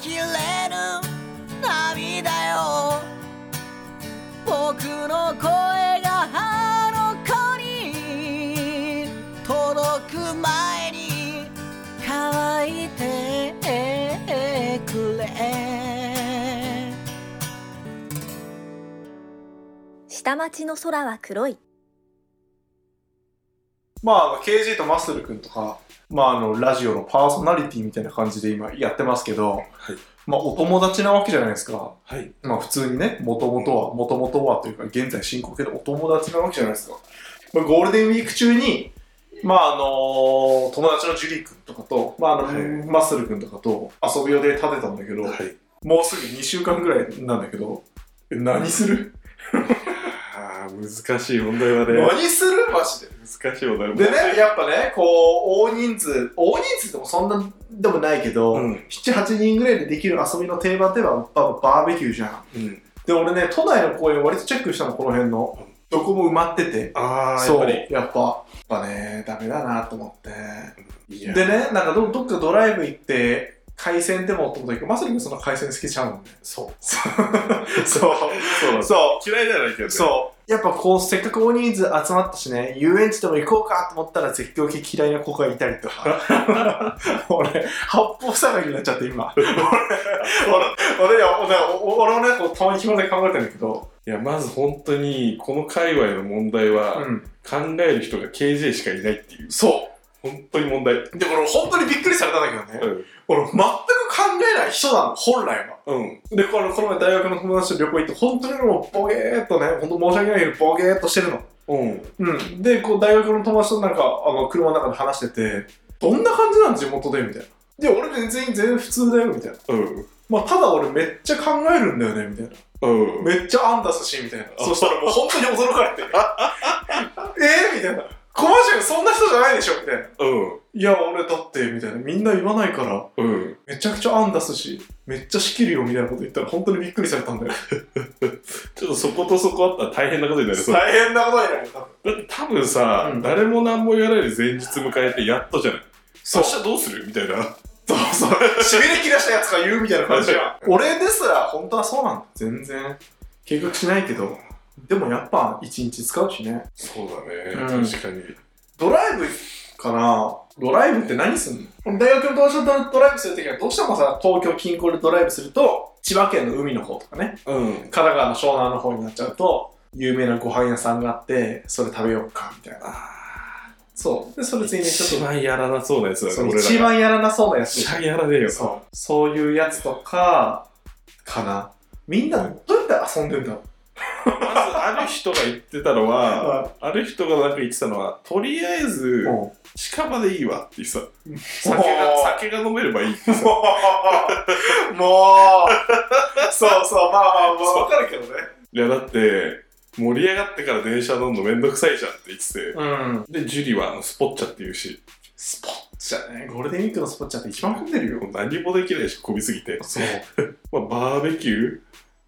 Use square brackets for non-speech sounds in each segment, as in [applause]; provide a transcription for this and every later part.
きれぬ涙よ僕の声があの子に届く前に乾いてくれ下町の空は黒い。まあ、あの KG とマッスル君とか、まあ、あのラジオのパーソナリティみたいな感じで今やってますけど、はいまあ、お友達なわけじゃないですか。はい。まあ、普通にね、もともとは、もともとはというか、現在進行形でお友達なわけじゃないですか。まあ、ゴールデンウィーク中に、まああの友達のジュリー君とかと、まああのはいマッスル君とかと遊び予定立てたんだけど、はい。もうすぐ2週間ぐらいなんだけど、え何するああ、難しい問題はね。何するマジで。難しい問題でね、やっぱね、こう、大人数、大人数でもそんなでもないけど、うん。 7、8人ぐらいでできる遊びの定番ではばバーベキューじゃん。うん。で、俺ね、都内の公園割とチェックしたの、この辺のうん。どこも埋まってて。ああ、やそっぱう、り。やっぱ。やっぱね、ダメだなと思って。いやでね、なんかどどっかドライブ行って、海鮮でもと思ったけど、まさにその海鮮好きちゃうもんね。そう。 [laughs] そう。そう。そうなんですそう。嫌いじゃないけどね。そう。やっぱこう、せっかく大人数集まったしね、遊園地でも行こうかと思ったら絶叫系嫌いな子がいたりと [laughs] か。俺、八方塞がりになっちゃって今。俺、俺、俺いや、俺、俺もね、こう、たまに暇で考えてるんだけど。いや、まず本当に、この界隈の問題は、ん。考える人が KJ しかいないっていう。そ本当に問題。う。で、俺、本当にびっくりされたんだけどね。うん。俺、全く考えない人なの、本来は。うん。で、このこの前大学の友達と旅行行って、本当にもう、ボゲーっとね、本当申し訳ないけど、ボゲーっとしてるの。うん。うん、でこう大学の友達となんかあの車の中で話しててどんな感じなん地元でみたいな。で俺全然全然普通だよみたいな。うん。まあただ俺めっちゃ考えるんだよねみたいな。うん。めっちゃ安打すしみたいな。そしたらもう本当に驚かれて。 [laughs] えーみたいな。小橋君そんな人じゃないでしょみたいな。うん。いや俺だってみたいな。みんな言わないからうん。めちゃくちゃ安打すしめっちゃ仕切るよみたいなこと言ったら本当にびっくりされたんだよ。ちょっとそことそこあったら大変なことになりそう。だ [laughs] 大変なことになるよ多分。って多分さ、うん誰も何も言わないで前日迎えてやっとじゃない。そ明う日どうするみたいな。そうそう。しびれ切らしたやつが言うみたいな感じやん。 [laughs] 俺ですら、本当はそうなんだ。全然。計画しないけど。でもやっぱ、一日使うしね。そうだね。うん確かに。ドライブかなドライブって何すんの大学の友達とドライブするときは、どうしてもさ、東京近郊でドライブすると、千葉県の海の方とかね、うん。神奈川の湘南の方になっちゃうと、有名なご飯屋さんがあって、それ食べようか、みたいな。そう。で、それついにち一ょっと番やらなそうなやつだね、そう、俺らが。一番やらなそうなやつで一しょ番やらねえよ。そう。そういうやつとか、かな。みんなどうやって遊んでんだろう。まず、ある人が言ってたのは、ある人がなんか言ってたのは、とりあえず、も近場でいいわってさ、う酒が、酒が飲めればいいってさ。う、 [laughs] もう、そうそう、まあまあまあ、わかるけどね。いや、だって、盛り上がってから電車乗んのめんどくさいじゃんって言ってうん。て。で、ジュリはあのスポッチャって言うし、スポッチャね。ゴールデンウィークのスポッチャって一番混んでるよ。もう何もできないし、こびすぎて。そう。まあ、バーベキュ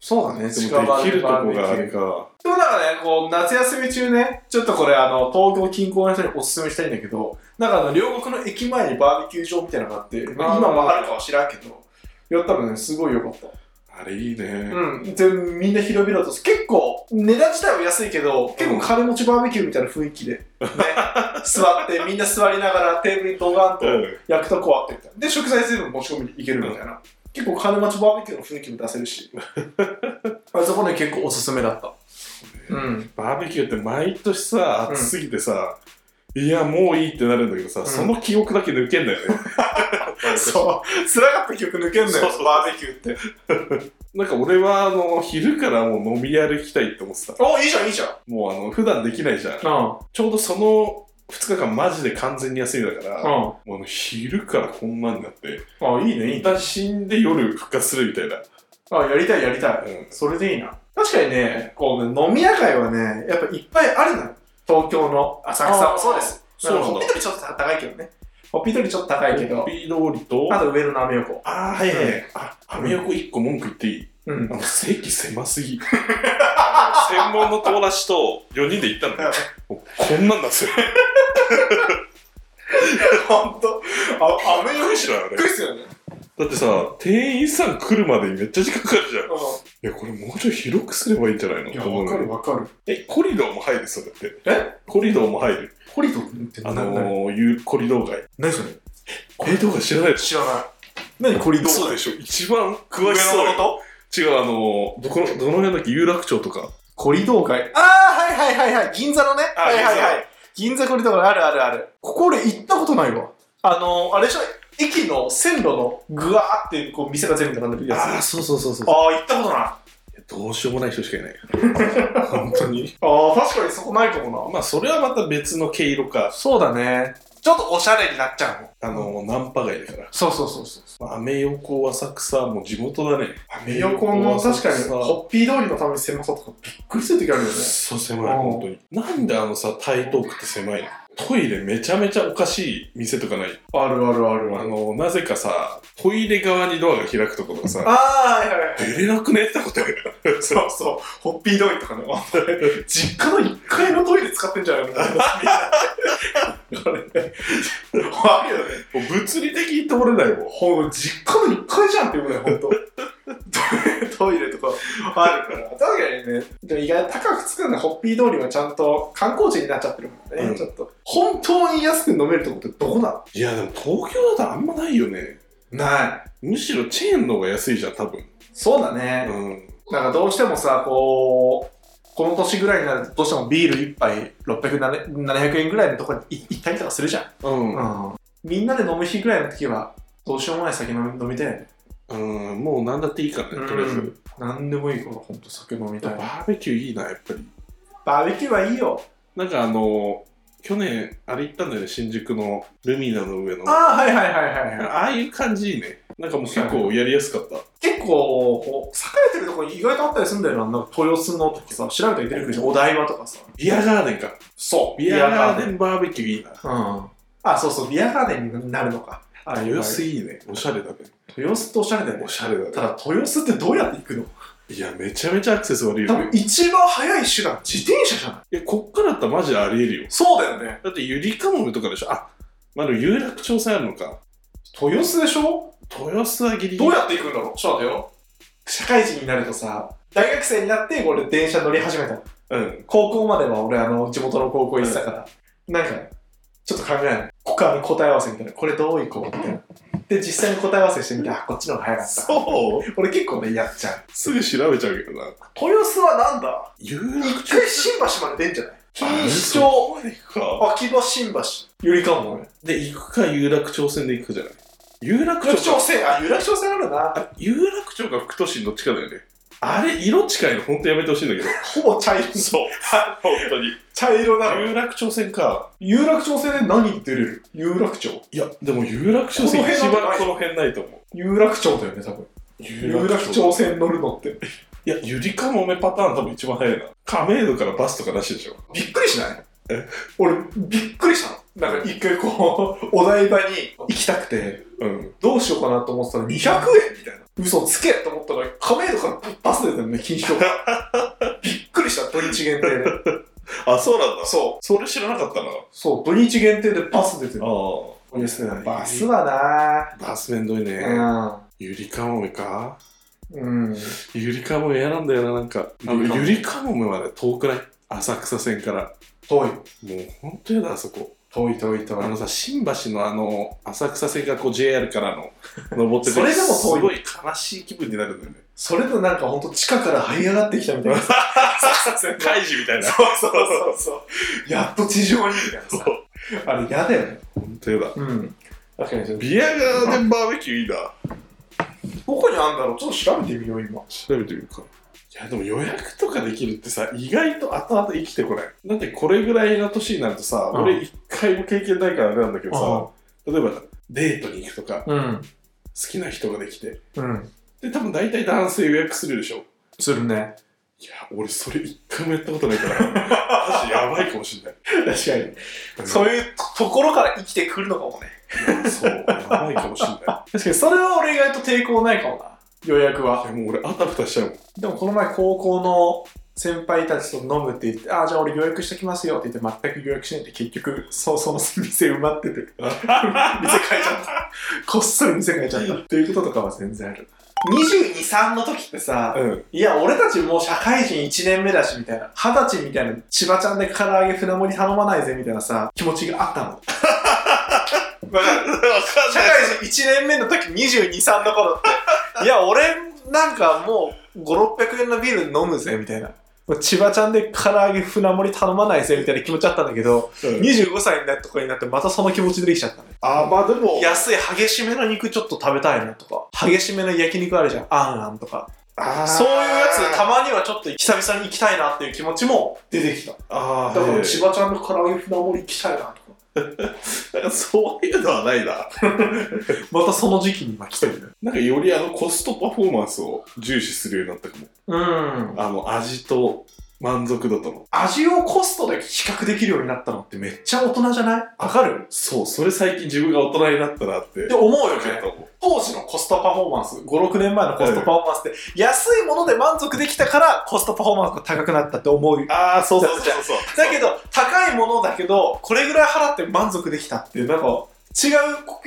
そうだね、ーでもできるとこがあるでか。もなんかね、こう、夏休み中ね、ちょっとこれ、あの、東京近郊の人にお勧めしたいんだけど、なんかあの、両国の駅前にバーベキュー場みたいなのがあって、まあ今もあるかは知らんけど、やったらね、すごい良かった。あれいいね。うん、全みんな広々と結構値段自体は安いけど結構金持ちバーベキューみたいな雰囲気で、ね、座ってみんな座りながらテーブルにドガンとうん焼くとこあってみたいなで食材全部持ち込みでいけるみたいな、結構金持ちバーベキューの雰囲気も出せるしあそこね結構おすすめだったうんバーベキューって毎年さ、暑すぎてさ、いや、もういいってなるんだけどさ、んその記憶だけ抜けんだよね。そう辛かった記憶抜けんのよそうそうバーベキューってなんか俺はあの昼からもう飲み歩きたいって思ってた。おいいじゃんいいじゃんもうあの普段できないじゃん。うんちょうどその2日間マジで完全に休みだから、もううあの昼からこんなになって、んあいいねいい一ね旦死んで夜復活するみたいな。あやりたいやりたいうん。それでいいな。確かにね、こうね、飲み屋街はね、やっぱいっぱいあるのよ。東京の浅草あもーそうです。そうなんだほっぴとりちょっと高いけどね。ほっぴとりちょっと高いけどコ、ピー通りと、あと上野のアメ横。あー、はいはい。あ、アメ横1個文句言っていいうんあ。の席狭すぎ。専門の友達と4人で行ったのよ。もうこんなんなんですよ。ほんと、あ、アメびっくりしたよね。くりっすよね。だってさ、店員さん来るまでにめっちゃ時間かかるじゃん。いや、これもうちょい広くすればいいんじゃないのいや、と思うわのかるわかる。え、コリドーも入る、それって。えコリドーも入る。コリドーってあ何の何ー、ゆコリドー街。何それコリドー街知らないの知らない。何コリドーそうでしょ。一番詳しそう上よ野のこ違う、あのー、どこの、どの辺だっけ有楽町とか。とコリドー街。ああ、はいはいはいはい。銀座のね。あはいはいはい。銀銀座コリドー街あるあるある。ここ俺行ったことないわ。あのー、あれでしょ駅の線路のぐわーってこう店が全部並んでるやつ。ああー、そうそうそうそう。あー、行ったことない。あいやどうしようもない人しかいない。本当に。あー、確かにそこないかもまあ、それはまた別の毛色な。か。そうだね。ちょっとおしゃれになっちゃうもん。あのー、ナンパ街だから。そうそうそうそう。まあアメ横、浅草、もう地元だね。アメ横の確かに、そうホッピー通りのために狭さとかびっくりする時あるよね。そう狭い、本当に。なんであのさ、台東区って狭いのトイレめちゃめちゃおかしい店とかない。あるあるああるある。の、なぜかさ、トイレ側にドアが開くところがさ、あー、はいはいはい。出れなくねってことある。そうそう、ホッピー通りとかね、本当に実家の1階のトイレ使ってんじゃないのこれね、あるよね。もう物理的に通れないもん。ほんと実家の1階じゃんっていうぐらい、ほんと。トイレとかあるから。確かにね、でも意外と高くつくんだ、ホッピー通りはちゃんと観光地になっちゃってるもんね、うんちょっと。本当に安く飲めるとこってどこなのいや、でも東京だとあんまないよね。ない。むしろチェーンの方が安いじゃん、多分。そうだね。うん。なんかどうしてもさ、こう、この年ぐらいになるとどうしてもビール1杯600、700円ぐらいのとこに行ったりとかするじゃん。うん。みんなで飲む日ぐらいの時は、どうしようもない酒飲み飲みたいよね。うん、もう何だっていいからね、とりあえず。なんでもいいから、ほんと酒飲みたい。バーベキューいいな、やっぱり。バーベキューはいいよ。なんかあの去年、あれ行ったんだよね、新宿のルミナの上の。あああ、はいはいはいはい。あいう感じいいね。なんかもう結構やりやすかった。結構、こう、栄えてるとこに意外とあったりするんだよな。なんか豊洲のとかさ、調べたら出てくるじゃん。お台場とかさ。ビアガーデンか。そう [laughs] ビアガーン。デンバーベキューいいな。うん。あ、そうそう、ビアガーデンになるのか。あれ豊洲いいね。おしゃれだね。豊洲っておしゃれだよねお。しゃれだね。ただ、豊洲ってどうやって行くのいや、めちゃめちゃアクセス悪い多よ分ね。一番早い手段、自転車じゃないいや、こっからだったらマジでありえるよ。そうだよね。だってゆりかもめとかでしょ。あ、まあでも有楽町線あるのか。豊洲でしょ豊洲はギリギリ。どうやって行くんだろうそうだよ。社会人になるとさ、大学生になって俺電車乗り始めたの。うん。高校までは俺あの地元の高校行ってたから、なんか、ちょっと考えない。ここあの答え合わせみたいな。これどう行こうみたいな。で、実際に答え合わせしてみて、あ、こっちの方が早かった。そう俺結構ね、やっちゃう。すぐ調べちゃうけどな。豊洲はなんだ有楽一町回新橋まで出んじゃない錦糸町、か。秋葉新橋、ゆりかもね。で、行くか有楽町線で行くかじゃない。有楽有楽町町か。線、あ、有楽町線あるな。あ有楽町か副都心どっちかだよね。あれ、色近いのほんとやめてほしいんだけど。ほぼ茶色。そう。本当に。 [laughs] 茶色なの。有楽町線か。有楽町線で何って出れる有楽町。いや、でも有楽町線この辺一なんかな番いこの辺ないと思う。有楽町だよね、多分。有楽町線乗るのって。いや、ゆりかもめパターン多分一番早いな。亀戸からバスとかなしでしょ。びっくりしないえ俺、びっくりしたの。なんか一回こう、お台場に行きたくて、うん。どうしようかなと思ってたら200円みたいな。嘘つけと思ったら、亀戸からバス出てるね、金賞が。 [laughs] びっくりした、土日限定で。あ、そうなんだ。そそれ知らなかったな。う。そう、土日限定でバス出てる。あいいですねバスはあ。バスめんどいね。なゆりかもめかうん。うん。ゆりかもめ嫌なんだよな、なんか。あのゆりかもゆめりかもめまで遠くない浅草線から。遠い。もうほんとやだ、あそこ。遠い遠い遠あいの。さ、新橋のあの、浅草線がこう JR か [laughs] らの、登ってくそれでも遠いすごい悲しい気分になる [laughs] んだよね。それでなんかほんと地下から這い上がってきたみたいな。開示みたいな。そうそうそうそう。やっと地上にみたいなさ。あれ、嫌だよね。ほんとやだ。うん。確かに。ビアガーデンバーベキューいいな。どこにあるんだろうちょっと調べてみよう、今。調べてみるか。いや、でも予約とかできるってさ、意外と後々生きてこない。だってこれぐらいの年になるとさ、うん俺一回も経験ないからあれなんだけどさ、例えばデートに行くとか、うん。好きな人ができて、うん。で、多分大体男性予約するでしょ。するね。いや、俺それ一回もやったことないから、マジやばいかもしれない。確かに。そういうところから生きてくるのかもね。そう、やばいかもしれ [laughs] ない。いや、確かに、それは俺意外と抵抗ないかもな。予約は。もう俺あたふたしちゃうもん。でもこの前高校の先輩たちと飲むって言って、ああ、じゃあ俺予約してきますよって言って、全く予約しないで、結局、そうその店埋まってて、店変えちゃった。こっそり店変えちゃった。っていうこととかは全然ある。22、3の時ってさ、うん。いや、俺たちもう社会人1年目だし、みたいな。20歳みたいな、千葉ちゃんで唐揚げ船盛り頼まないぜ、みたいなさ、気持ちがあったの。わかるわかん社ない。会人1年目の時22、3の頃って、いや、俺なんかもう5、600円のビール飲むぜ、みたいな。もう千葉ちゃんで唐揚げ船盛り頼まないぜ、みたいな気持ちだったんだけど、うん25歳になった頃になってまたその気持ちでできちゃったね。あ、まあでも、安い激しめの肉ちょっと食べたいなとか、激しめの焼肉あるじゃん、あんあんとか。あーそういうやつ、たまにはちょっと久々に行きたいなっていう気持ちも出てきた。あだあ、からへえ千葉ちゃんの唐揚げ船盛り行きたいなとか。なんかそういうのはないな。またその時期に今来てる。なんかよりあのコストパフォーマンスを重視するようになったかも。うん。あの味と満足度との。味をコストで比較できるようになったのってめっちゃ大人じゃないわかるそう、それ最近自分が大人になったなって。って思うよちょっね。と思う当時のコストパフォーマンス、5、6年前のコストパフォーマンスって、安いもので満足できたからコストパフォーマンスが高くなったって思う。ああ、そうそうそうそう。だけど、高いものだけど、これぐらい払って満足できたっていう、なんか、違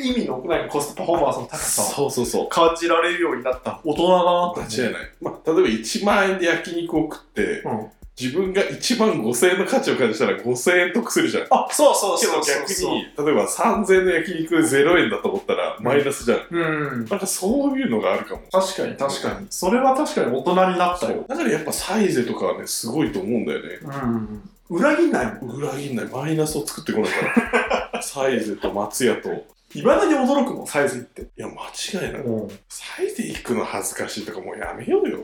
う意味のなんかコストパフォーマンスの高さをそうそうそう。感じられるようになった大人だなって間違いない。まあ、例えば1万円で焼肉を食って、思う。うん。自分が1万5000円の価値を感じたら5000円得するじゃん。あ、そうそうけどそうそう逆そう。に、例えば3000円の焼肉で0円だと思ったらマイナスじゃん。うん。なんかそういうのがあるかも。確かに確かに。それは確かに大人になったよ。だからやっぱサイゼとかはね、すごいと思うんだよね。うん。裏切んないもん。裏切んない。マイナスを作ってこない [laughs] から。サイゼと松屋と。いいまだに驚くもん、サイズって。や、間違いない。うん。サイゼ行くの恥ずかしいとかもうやめようよ。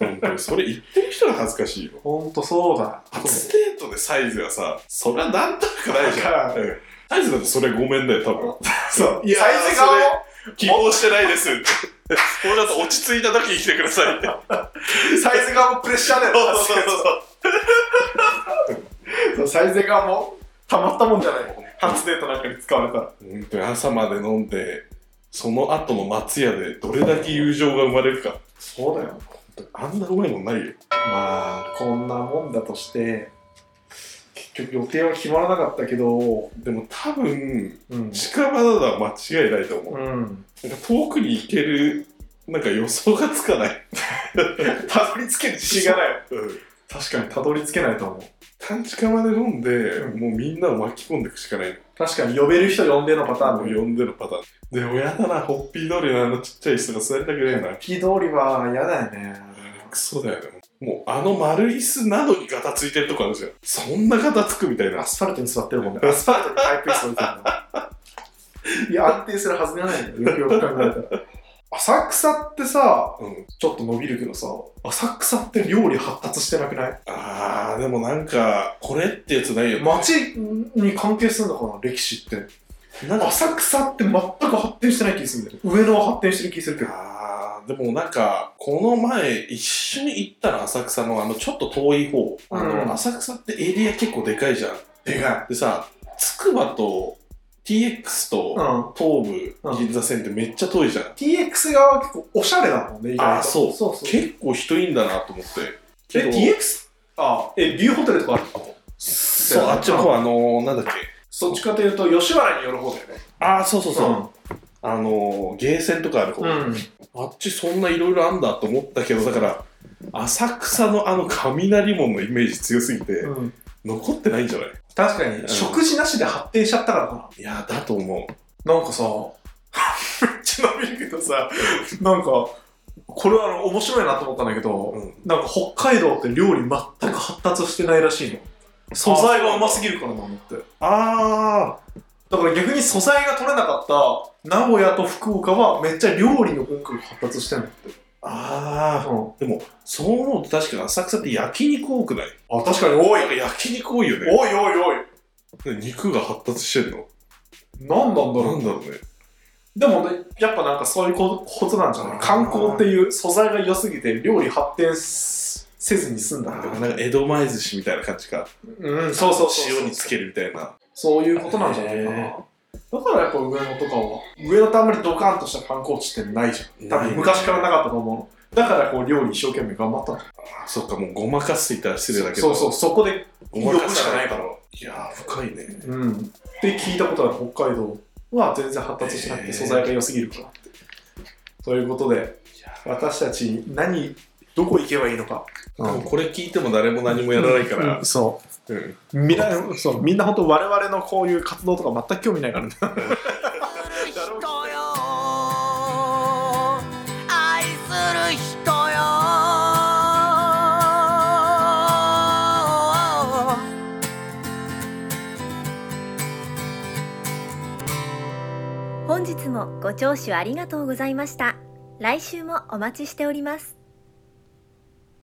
本当に。それ言ってる人が恥ずかしいよ。ほんとそうだ。初デートでサイズはさ、それはなんとなくないじゃだん。うんサイズだってそれごめんだよ、多 [laughs] 分。そう。いやーサイズ側も希望してないです。もうちょっと落ち着いた時に来てください [laughs] って。サイズ側もプレッシャーだよ。そうそうそうそう。そうサイズ側も、たまったもんじゃない。初デートなんかに使われたら。本当に朝まで飲んで、その後の松屋でどれだけ友情が生まれるか。そうだよ。あんなうまいもんないよ。まあ、こんなもんだとして、結局予定は決まらなかったけど、でも多分、うん。近場だのは間違いないと思う。うん。なんか遠くに行ける、なんか予想がつかない。たどり着ける自信がない。うん確かに、たどり着けないと思う。短時間まで飲んで、うんもうみんなを巻き込んでいくしかない。確かに、呼べる人呼んでのパターンももう呼んでるパターン。でもやだな、ホッピー通りのあのちっちゃい椅子が座りたくねえな。聞き通りは嫌だよね。クソだよね。もうあの丸椅子なのにガタついてるとこあるじゃん。そんなガタつくみたいなア。スファルトに座ってるもん [laughs] ね。アスファルトにパイプ椅子置いてるの。いや、安定するはずがないよ、よくよく考えたら。浅草ってさ、うん。ちょっと伸びるけどさ、浅草って料理発達してなくないあー、でもなんか、これってやつないよね。街に関係するのかな、歴史って。なんか浅草って全く発展してない気するんだよ。上野は発展してる気するけど。あー、でもなんか、この前一緒に行ったら浅草のあのちょっと遠い方。あの、うん浅草ってエリア結構でかいじゃん。でかい。でさ、つくばと TX と、うん。東武うん銀座線ってめっちゃ遠いじゃん、 TX 側は結構おしゃれだもんね、意外と。あそうそうそう。結構人いいんだなと思ってえ、けど TX? あ、え、ビューホテルとかあるのそうあっちの方あのー、なんだっけそっちかというと、吉原に寄る方だよね。ああそうそうそう、あのー、ゲーセンとかある方、うん。あっちそんないろいろあんだと思ったけどだから浅草のあの雷門のイメージ強すぎて、うん残ってないんじゃない確かうんに、食事なしで発展しちゃったからかいやーだと思うな。なんかさ、めっ [laughs] ちゃ伸びるけどさ、なんか、これはあの面白いなと思ったんだけど、うんなんか北海道って料理全く発達してないらしいの。素材がうますぎるからなのって。あだから逆に素材が取れなかった名古屋と福岡はめっちゃ料理の文化が発達してんのって。ああうーでもそう思うと確かに浅草って焼肉多くないん。あ、確かに多い。なんか焼肉多いよおねいおいおい。肉が発達してんの何なんだろなうんだろうねでもね、やっぱなんかそういうことなんじゃない観光っていう素材が良すぎて料理発展すせずに済んだあんだーよなんか江戸前寿司みたいな感じか。うん、そうそうそうそう。塩につけるみたいな。そういうことなんじゃないかへな。だからやっぱ上野とかは、上野ってあんまりドカンとした観光地ってないじゃん。多分昔からなかったと思う。だからこう料理一生懸命頑張ったのあそっか、もうごまかすって言ったら失礼だけそど。うそうそこでごまかしさかないとからいやー、深いね。うんって聞いたことある北海道は全然発達しなくへてー素材が良すぎるからってということで私たち何どこ行けばいいのか、でもこれ聞いても誰も何もやらないから。うんそうん。うみんなそうみんな本当我々のこういう活動とか全く興味ないからね愛する人よ愛する人よ本日もご聴取ありがとうございました来週もお待ちしております